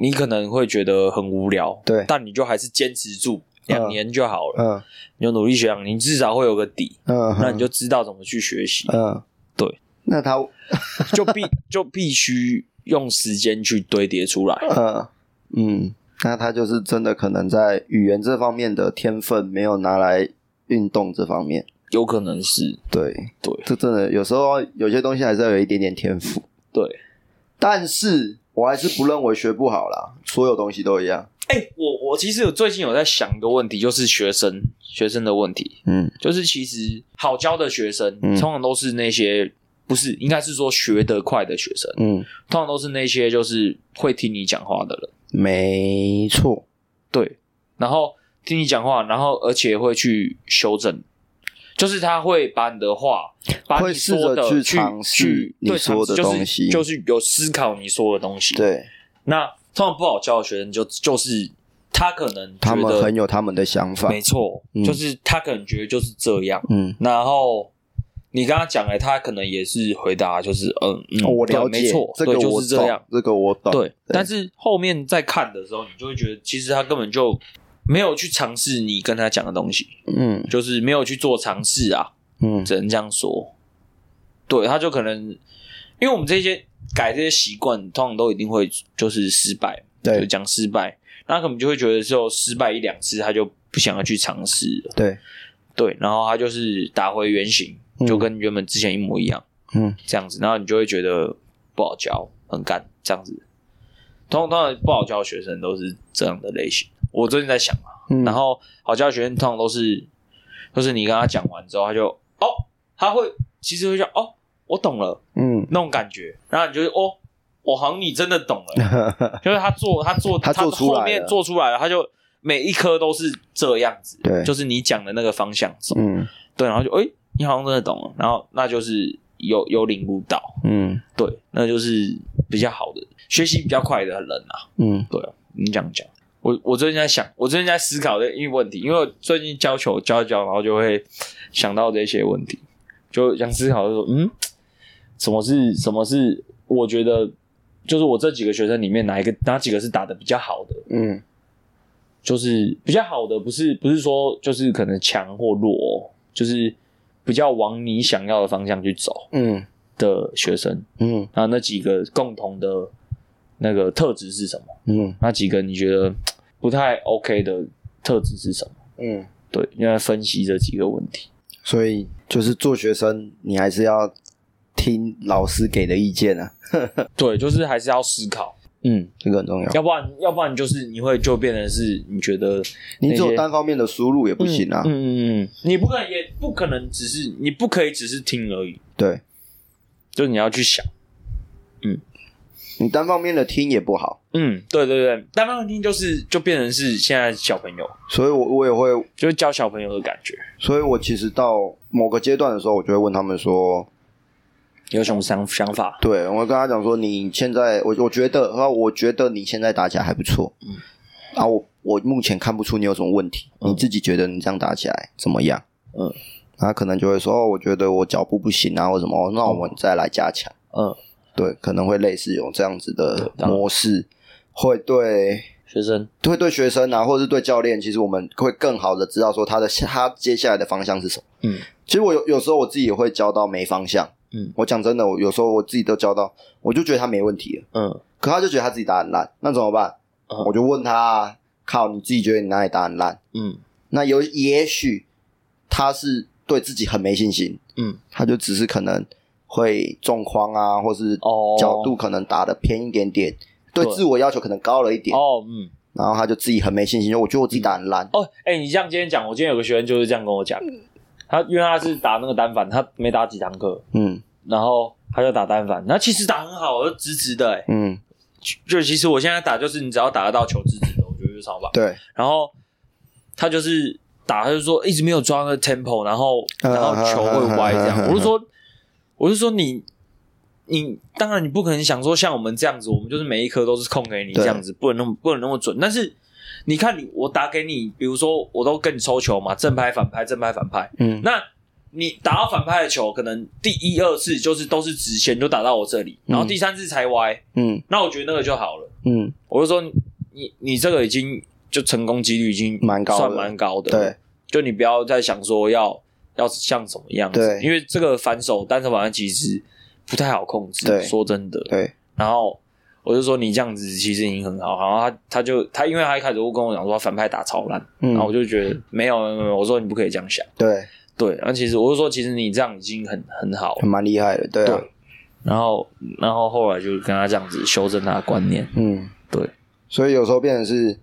[SPEAKER 4] 你可能会觉得很无聊，
[SPEAKER 3] 对
[SPEAKER 4] 但你就还是坚持住两
[SPEAKER 3] 嗯
[SPEAKER 4] 年就好了，
[SPEAKER 3] 嗯
[SPEAKER 4] 你就努力学两年，你至少会有个底，
[SPEAKER 3] 嗯，
[SPEAKER 4] 那你就知道怎么去学习，
[SPEAKER 3] 嗯，
[SPEAKER 4] 对。
[SPEAKER 3] 那他
[SPEAKER 4] 就必 就必须用时间去堆叠出来。
[SPEAKER 3] 呃嗯，那他就是真的可能在语言这方面的天分没有拿来运动这方面。
[SPEAKER 4] 有可能是
[SPEAKER 3] 对
[SPEAKER 4] 对
[SPEAKER 3] 这真的有时候有些东西还是要有一点点天赋。
[SPEAKER 4] 对，
[SPEAKER 3] 但是我还是不认为学不好啦，所有东西都一样。
[SPEAKER 4] 哎、我我其实有最近有在想一个问题，就是学生学生的问题，
[SPEAKER 3] 嗯
[SPEAKER 4] 就是其实好教的学生，
[SPEAKER 3] 嗯
[SPEAKER 4] 通常都是那些不是，应该是说学得快的学生，
[SPEAKER 3] 嗯，
[SPEAKER 4] 通常都是那些就是会听你讲话的人，
[SPEAKER 3] 没错。
[SPEAKER 4] 对，然后听你讲话，然后而且会去修正，就是他会把你的话，把你
[SPEAKER 3] 会试着
[SPEAKER 4] 说的
[SPEAKER 3] 去
[SPEAKER 4] 去
[SPEAKER 3] 尝试
[SPEAKER 4] 去
[SPEAKER 3] 你
[SPEAKER 4] 对
[SPEAKER 3] 说的
[SPEAKER 4] 尝试
[SPEAKER 3] 东西
[SPEAKER 4] 就是，就是有思考你说的东西。，
[SPEAKER 3] 对
[SPEAKER 4] 那通常不好教的学生就就是他可能
[SPEAKER 3] 他
[SPEAKER 4] 觉
[SPEAKER 3] 们
[SPEAKER 4] 得
[SPEAKER 3] 很有他们的想法
[SPEAKER 4] 没。错，
[SPEAKER 3] 嗯
[SPEAKER 4] 就是他可能觉得就是这样。
[SPEAKER 3] 嗯，
[SPEAKER 4] 然后你跟他讲了，他可能也是回答就是嗯嗯，
[SPEAKER 3] 哦我
[SPEAKER 4] 对
[SPEAKER 3] 了
[SPEAKER 4] 没
[SPEAKER 3] 解
[SPEAKER 4] 错，，
[SPEAKER 3] 这个
[SPEAKER 4] 对就
[SPEAKER 3] 我
[SPEAKER 4] 是这样
[SPEAKER 3] 懂，，这个我懂。
[SPEAKER 4] 对。但是后面再看的时候，你就会觉得其实他根本就没有去尝试你跟他讲的东西，
[SPEAKER 3] 嗯
[SPEAKER 4] 就是没有去做尝试啊，
[SPEAKER 3] 嗯
[SPEAKER 4] 只能这样说。对，他就可能因为我们这些改这些习惯，通常都一定会就是失败，
[SPEAKER 3] 对
[SPEAKER 4] 就讲失败，那他可能就会觉得就失败一两次，他就不想要去尝试了。
[SPEAKER 3] 对，
[SPEAKER 4] 对，然后它就是打回原形，
[SPEAKER 3] 嗯
[SPEAKER 4] 就跟原本之前一模一样，
[SPEAKER 3] 嗯
[SPEAKER 4] 这样子，然后你就会觉得不好教，很干这样子。通通常不好教的学生都是这样的类型。我最近在想啊，
[SPEAKER 3] 嗯
[SPEAKER 4] 然后好教的学生通常都是，就是你跟他讲完之后，他就哦，他会其实会说哦，我懂了
[SPEAKER 3] 嗯，
[SPEAKER 4] 那种感觉，然后你就哦，我好像你真的懂 了，就是他做他做
[SPEAKER 3] 他做出来了
[SPEAKER 4] 后面做出来了，他就每一科都是这样子，
[SPEAKER 3] 对
[SPEAKER 4] 就是你讲的那个方向走。
[SPEAKER 3] 嗯
[SPEAKER 4] 对，然后就哎、诶你好像真的懂了，然后那就是有有领悟到，
[SPEAKER 3] 嗯
[SPEAKER 4] 对，那就是比较好的学习比较快的人啊，
[SPEAKER 3] 嗯
[SPEAKER 4] 对啊，你这样讲，我我最近在想，我最近在思考这一个问题，因为我最近教球教一教，然后就会想到这些问题，就想思考就说，嗯，什么是什么是我觉得就是我这几个学生里面哪一个哪几个是打的比较好的，
[SPEAKER 3] 嗯
[SPEAKER 4] 就是比较好的，不是不是说就是可能强或弱哦，就是比较往你想要的方向去走
[SPEAKER 3] 嗯
[SPEAKER 4] 的学生。
[SPEAKER 3] 嗯
[SPEAKER 4] 然后那几个共同的那个特质是什么？
[SPEAKER 3] 嗯
[SPEAKER 4] 那几个你觉得不太 OK 的特质是什么？
[SPEAKER 3] 嗯，
[SPEAKER 4] 对，应该分析这几个问题。
[SPEAKER 3] 所以就是做学生，你还是要听老师给的意见啊，
[SPEAKER 4] 对，就是还是要思考，嗯，
[SPEAKER 3] 这个很重要。
[SPEAKER 4] 要不然要不然就是你会就变成是你觉得
[SPEAKER 3] 你
[SPEAKER 4] 那
[SPEAKER 3] 只
[SPEAKER 4] 些
[SPEAKER 3] 有单方面的输入也不行啊
[SPEAKER 4] 嗯。嗯嗯嗯，你不可能也不可能只是你不可以只是听而已，
[SPEAKER 3] 对
[SPEAKER 4] 就是你要去想。
[SPEAKER 3] 你单方面的听也不好，
[SPEAKER 4] 嗯，对对对，单方面听就是就变成是现在小朋友，
[SPEAKER 3] 所以我我也会
[SPEAKER 4] 就是教小朋友的感觉。
[SPEAKER 3] 所以我其实到某个阶段的时候，我就会问他们说，
[SPEAKER 4] 有什么想想法？
[SPEAKER 3] 对我跟他讲说，你现在我我觉得，啊，我觉得你现在打起来还不错，嗯，啊，我我目前看不出你有什么问题，
[SPEAKER 4] 嗯
[SPEAKER 3] 你自己觉得你这样打起来怎么样？
[SPEAKER 4] 嗯，
[SPEAKER 3] 他可能就会说，哦，我觉得我脚步不行啊，或什么，哦那我们再来加强，
[SPEAKER 4] 嗯，
[SPEAKER 3] 对，可能会类似有这样子的
[SPEAKER 4] 当然
[SPEAKER 3] 模式，会对
[SPEAKER 4] 学生，
[SPEAKER 3] 会对学生啊，或者是对教练，其实我们会更好的知道说他的他接下来的方向是什么。
[SPEAKER 2] 嗯，
[SPEAKER 3] 其实我有有时候我自己也会教到没方向。
[SPEAKER 2] 嗯，
[SPEAKER 3] 我讲真的，我有时候我自己都教到，我就觉得他没问题了，
[SPEAKER 2] 嗯，
[SPEAKER 3] 可他就觉得他自己打很烂，那怎么办？
[SPEAKER 2] 嗯
[SPEAKER 3] 我就问他啊，靠，你自己觉得你哪里打很烂？
[SPEAKER 2] 嗯，
[SPEAKER 3] 那有也许他是对自己很没信心，
[SPEAKER 2] 嗯，
[SPEAKER 3] 他就只是可能会中框啊，或是
[SPEAKER 4] 哦
[SPEAKER 3] 角度可能打的偏一点点，对
[SPEAKER 4] 对
[SPEAKER 3] 自我要求可能高了一点，
[SPEAKER 4] 哦，嗯，
[SPEAKER 3] 然后他就自己很没信心，就我觉得我自己打很烂，
[SPEAKER 4] 哦，哎、你像今天讲，我今天有个学生就是这样跟我讲，他因为他是打那个单反，他没打几堂课，
[SPEAKER 3] 嗯
[SPEAKER 4] 然后他就打单反，那其实打很好，就直直的、欸，
[SPEAKER 3] 嗯，
[SPEAKER 4] 就其实我现在打就是你只要打得到球直直的，我觉得就超棒。
[SPEAKER 3] 对，
[SPEAKER 4] 然后他就是打，他就说一直没有抓那个 tempo，然后
[SPEAKER 3] 嗯
[SPEAKER 4] 然后球会歪这
[SPEAKER 3] 嗯嗯嗯嗯
[SPEAKER 4] 样。我就说，我就说你你当然你不可能想说像我们这样子，我们就是每一颗都是空给你
[SPEAKER 3] 对
[SPEAKER 4] 这样子，不能那么不能那么准。但是你看你我打给你，比如说我都跟你抽球嘛，正拍反拍正拍反拍，
[SPEAKER 3] 嗯
[SPEAKER 4] 那你打到反拍的球，可能第一二次就是都是直线，就打到我这里，然后第三次才歪，
[SPEAKER 3] 嗯
[SPEAKER 4] 那我觉得那个就好了。
[SPEAKER 3] 嗯，
[SPEAKER 4] 我就说你你你这个已经就成功几率已经
[SPEAKER 3] 蛮高的
[SPEAKER 4] 算蛮高的。
[SPEAKER 3] 对，
[SPEAKER 4] 就你不要再想说要要像什么样子，
[SPEAKER 3] 对
[SPEAKER 4] 因为这个反手单手反拍其实不太好控制。
[SPEAKER 3] 对
[SPEAKER 4] 说真的。
[SPEAKER 3] 对，
[SPEAKER 4] 然后我就说你这样子其实已经很好，然后他他就他因为他一开始就跟我讲说他反派打超烂，
[SPEAKER 3] 嗯
[SPEAKER 4] 然后我就觉得没有没有没有，我说你不可以这样想。
[SPEAKER 3] 对，
[SPEAKER 4] 对，然后其实我就说其实你这样已经很很好了。
[SPEAKER 3] 蛮厉害的，对啊，
[SPEAKER 4] 对然后然后后来就跟他这样子修正他的观念。
[SPEAKER 3] 嗯，
[SPEAKER 4] 对，
[SPEAKER 3] 所以有时候变成是。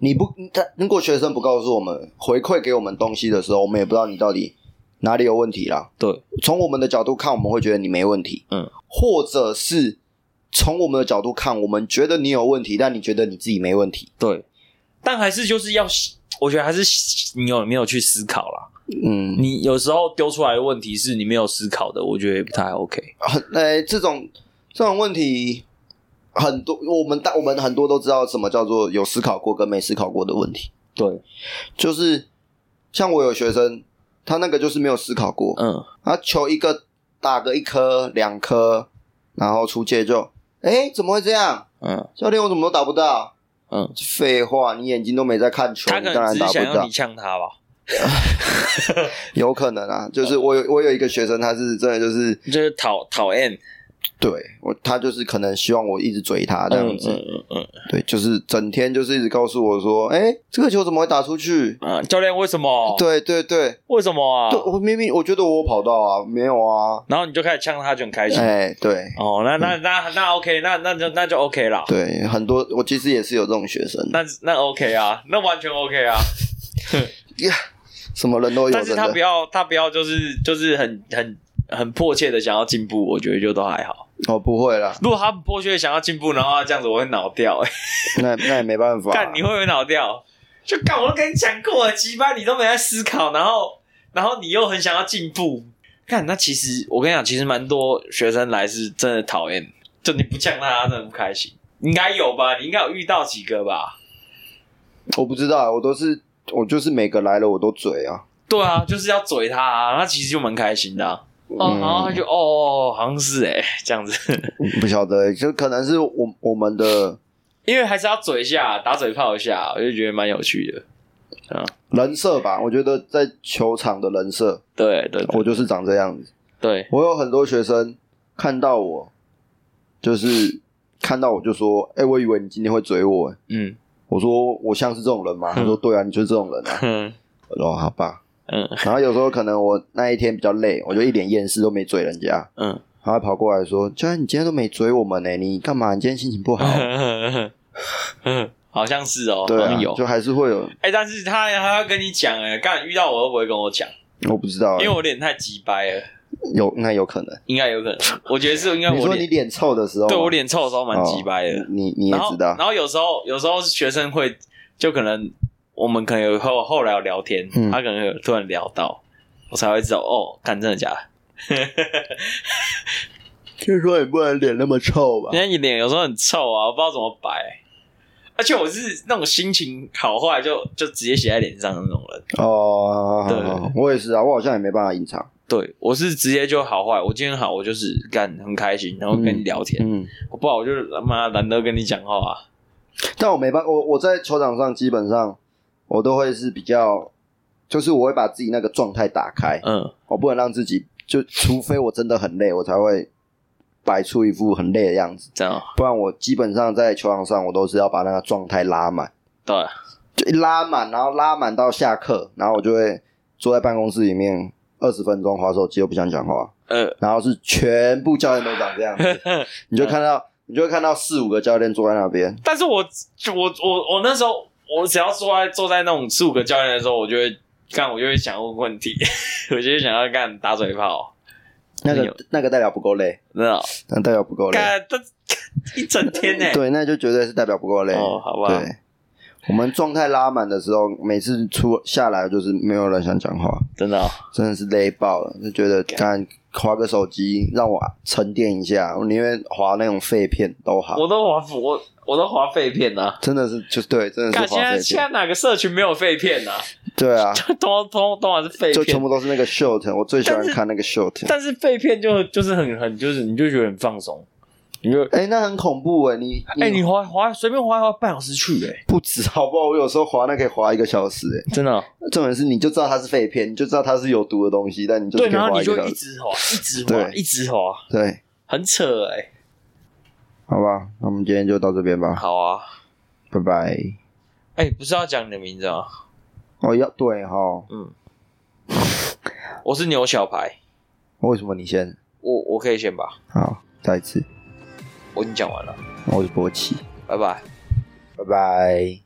[SPEAKER 3] 你不，他如果学生不告诉我们回馈给我们东西的时候，我们也不知道你到底哪里有问题啦。
[SPEAKER 4] 对，
[SPEAKER 3] 从我们的角度看，我们会觉得你没问题，
[SPEAKER 4] 嗯，
[SPEAKER 3] 或者是从我们的角度看，我们觉得你有问题，但你觉得你自己没问题，
[SPEAKER 4] 对，但还是就是要，我觉得还是你有没有去思考啦。
[SPEAKER 3] 嗯，
[SPEAKER 4] 你有时候丢出来的问题是你没有思考的，我觉得也不太 OK。
[SPEAKER 3] 很呃、这种这种问题很多，我们大我们很多都知道什么叫做有思考过跟没思考过的问题，
[SPEAKER 4] 对，
[SPEAKER 3] 就是像我有学生，他那个就是没有思考过，
[SPEAKER 4] 嗯，
[SPEAKER 3] 他球一个打个一颗两颗，然后出界就，哎，怎么会这样？
[SPEAKER 4] 嗯
[SPEAKER 3] 教练，我怎么都打不到？
[SPEAKER 4] 嗯，
[SPEAKER 3] 废话，你眼睛都没在看球，
[SPEAKER 4] 他
[SPEAKER 3] 你
[SPEAKER 4] 可
[SPEAKER 3] 当
[SPEAKER 4] 能
[SPEAKER 3] 然
[SPEAKER 4] 只
[SPEAKER 3] 打
[SPEAKER 4] 是
[SPEAKER 3] 不
[SPEAKER 4] 想要
[SPEAKER 3] 到
[SPEAKER 4] 你。呛他吧，
[SPEAKER 3] 有可能啊，就是
[SPEAKER 4] 嗯
[SPEAKER 3] 我有我有一个学生，他是真的就是
[SPEAKER 4] 就是讨讨厌
[SPEAKER 3] 对我，他就是可能希望我一直追他这样子，
[SPEAKER 4] 嗯嗯嗯
[SPEAKER 3] 对，就是整天就是一直告诉我说，哎、这个球怎么会打出去？
[SPEAKER 4] 嗯啊，教练为什么？，
[SPEAKER 3] 对对对，
[SPEAKER 4] 为什么啊
[SPEAKER 3] 对？我明明我觉得我有跑到啊，没有啊，
[SPEAKER 4] 然后你就开始呛他，就很开心。
[SPEAKER 3] 哎、对
[SPEAKER 4] 哦，那那那那 OK，那那就那就 OK 啦，
[SPEAKER 3] 对，很多我其实也是有这种学生，
[SPEAKER 4] 那那 OK 啊，那完全 OK 啊。
[SPEAKER 3] 什么人都有，
[SPEAKER 4] 但是
[SPEAKER 3] 真
[SPEAKER 4] 他不
[SPEAKER 3] 的，
[SPEAKER 4] 要他不要就是就是很很很迫切的想要进步，我觉得就都还好。
[SPEAKER 3] 哦，不会啦，
[SPEAKER 4] 如果他迫切地想要进步，然后他这样子，我会脑掉、欸。
[SPEAKER 3] 那那也没办法、啊
[SPEAKER 4] 干，你会不会脑掉？就干，我都跟你讲过了，鸡巴你都没在思考，然后然后你又很想要进步。干，那其实我跟你讲，其实蛮多学生来是真的讨厌，就你不呛他，他真的不开心。应该有吧？你应该有遇到几个吧？
[SPEAKER 3] 我不知道，啊我都是我就是每个来了我都嘴啊，
[SPEAKER 4] 对啊，就是要嘴他、啊，那其实就蛮开心的啊、哦，
[SPEAKER 3] 嗯
[SPEAKER 4] 然后他就哦，好像是哎、这样子，
[SPEAKER 3] 不晓得，就可能是我我们的
[SPEAKER 4] 因为还是要嘴一下，打嘴炮一下，我就觉得蛮有趣的。
[SPEAKER 3] 人设吧。我觉得在球场的人设，
[SPEAKER 4] 对对
[SPEAKER 3] 我就是长这样子。
[SPEAKER 4] 对，
[SPEAKER 3] 我有很多学生看到我，就是看到我就说：“哎、我以为你今天会追我。欸
[SPEAKER 4] 嗯”
[SPEAKER 3] 我说：“我像是这种人吗？”他说：“对啊，你就是这种人啊。
[SPEAKER 4] 哼”
[SPEAKER 3] 我说：“好吧。
[SPEAKER 4] 嗯”
[SPEAKER 3] 然后有时候可能我那一天比较累，我就一脸厌世都没追人家，
[SPEAKER 4] 嗯，
[SPEAKER 3] 然后他跑过来说：“教练，你今天都没追我们呢、你干嘛？你今天心情不好？”
[SPEAKER 4] 好像是 哦，
[SPEAKER 3] 对
[SPEAKER 4] 好
[SPEAKER 3] 啊
[SPEAKER 4] 像有，。
[SPEAKER 3] 就还是会有，
[SPEAKER 4] 哎、但是他他要跟你讲哎、刚遇到我都不会跟我讲，
[SPEAKER 3] 我不知道欸、
[SPEAKER 4] 因为我脸太急掰了，
[SPEAKER 3] 有那有可能。
[SPEAKER 4] 应该有可能， 我觉得是因为
[SPEAKER 3] 你
[SPEAKER 4] 我
[SPEAKER 3] 说你
[SPEAKER 4] 脸，
[SPEAKER 3] 脸臭的时候吗，
[SPEAKER 4] 对我脸臭的时候蛮急掰的，
[SPEAKER 3] 哦你你也
[SPEAKER 4] 然后
[SPEAKER 3] 知道
[SPEAKER 4] 然，后有时候有时候学生会就可能我们可能有后后来有聊天，
[SPEAKER 3] 嗯
[SPEAKER 4] 他可能有突然聊到，我才会知道哦，看真的假的。
[SPEAKER 3] 听说也不能脸那么臭吧
[SPEAKER 4] 人家你脸有时候很臭啊，我不知道怎么摆。而且我是那种心情好坏就就直接写在脸上的那种人。
[SPEAKER 3] 哦，好
[SPEAKER 4] 对
[SPEAKER 3] 好好我也是啊，我好像也没办法隐藏。
[SPEAKER 4] 对，我是直接就好坏。我今天好，我就是干很开心，然后跟你聊天；
[SPEAKER 3] 嗯，
[SPEAKER 4] 我不好，我就他妈懒得跟你讲话、啊。
[SPEAKER 3] 但我没办我我在球场上基本上我都会是比较，就是我会把自己那个状态打开，
[SPEAKER 1] 嗯，
[SPEAKER 3] 我不能让自己就，除非我真的很累，我才会摆出一副很累的样子，
[SPEAKER 1] 这样
[SPEAKER 3] 不然我基本上在球场上我都是要把那个状态拉满，
[SPEAKER 1] 对，
[SPEAKER 3] 就一拉满，然后拉满到下课，然后我就会坐在办公室里面二十分钟划手机，又不想讲话，
[SPEAKER 1] 呃，
[SPEAKER 3] 然后是全部教练都长这 样子，你就看到你就会看到四五个教练坐在那边，
[SPEAKER 1] 但是我我我我那时候，我只要坐在坐在那种四五个教练的时候，我就会干，我就会想问问题，我就会想要干打嘴炮，
[SPEAKER 3] 那
[SPEAKER 1] 有
[SPEAKER 3] 个那个代表不够累，
[SPEAKER 1] 真的哦
[SPEAKER 3] 那代表不够累，
[SPEAKER 1] 哎干这一整天呢、
[SPEAKER 3] 对，那就绝对是代表不够累。
[SPEAKER 1] 哦，好吧，
[SPEAKER 3] 对，我们状态拉满的时候，每次出下来就是没有人想讲话，
[SPEAKER 1] 真的哦、
[SPEAKER 3] 真的是累爆了，就觉得干划个手机让我沉淀一下，我宁愿划那种废片都好。
[SPEAKER 1] 我都滑我我都滑废片呐、啊。
[SPEAKER 3] 真的是就对，真的
[SPEAKER 1] 看
[SPEAKER 3] 是
[SPEAKER 1] 现
[SPEAKER 3] 划
[SPEAKER 1] 在
[SPEAKER 3] 废
[SPEAKER 1] 现
[SPEAKER 3] 片，
[SPEAKER 1] 在哪个社群没有废片呐、啊？
[SPEAKER 3] 对啊，
[SPEAKER 1] 通通通常是废
[SPEAKER 3] 就全
[SPEAKER 1] 片，
[SPEAKER 3] 部都是那个 short，我最喜欢
[SPEAKER 1] 但是
[SPEAKER 3] 看那个 short。
[SPEAKER 1] 但是废片就就是很很就是你就觉得很放松，你就
[SPEAKER 3] 哎、那很恐怖哎、你
[SPEAKER 1] 哎、你滑滑随便滑一滑半小时去哎、
[SPEAKER 3] 不止好不好？我有时候划那可以划一个小时哎、
[SPEAKER 1] 真的哦、
[SPEAKER 3] 重点是你就知道它是废片，你就知道它是有毒的东西，但你就是
[SPEAKER 1] 对，
[SPEAKER 3] 可以
[SPEAKER 1] 然后
[SPEAKER 3] 划
[SPEAKER 1] 你
[SPEAKER 3] 一个
[SPEAKER 1] 就
[SPEAKER 3] 小
[SPEAKER 1] 一
[SPEAKER 3] 时。
[SPEAKER 1] 直滑，一直滑，
[SPEAKER 3] 对
[SPEAKER 1] 一直滑，
[SPEAKER 3] 对，
[SPEAKER 1] 很扯哎、
[SPEAKER 3] 好吧，那我们今天就到这边吧。
[SPEAKER 1] 好啊，
[SPEAKER 3] 拜拜。
[SPEAKER 1] 哎、不是要讲你的名字啊吗？
[SPEAKER 3] 哦，要对哈，
[SPEAKER 1] 嗯，我是牛小排，
[SPEAKER 3] 为什么你先？
[SPEAKER 1] 我我可以先吧，
[SPEAKER 3] 好，再一次，
[SPEAKER 1] 我已经讲完了，
[SPEAKER 3] 我是波奇，
[SPEAKER 1] 拜拜。
[SPEAKER 3] 拜拜。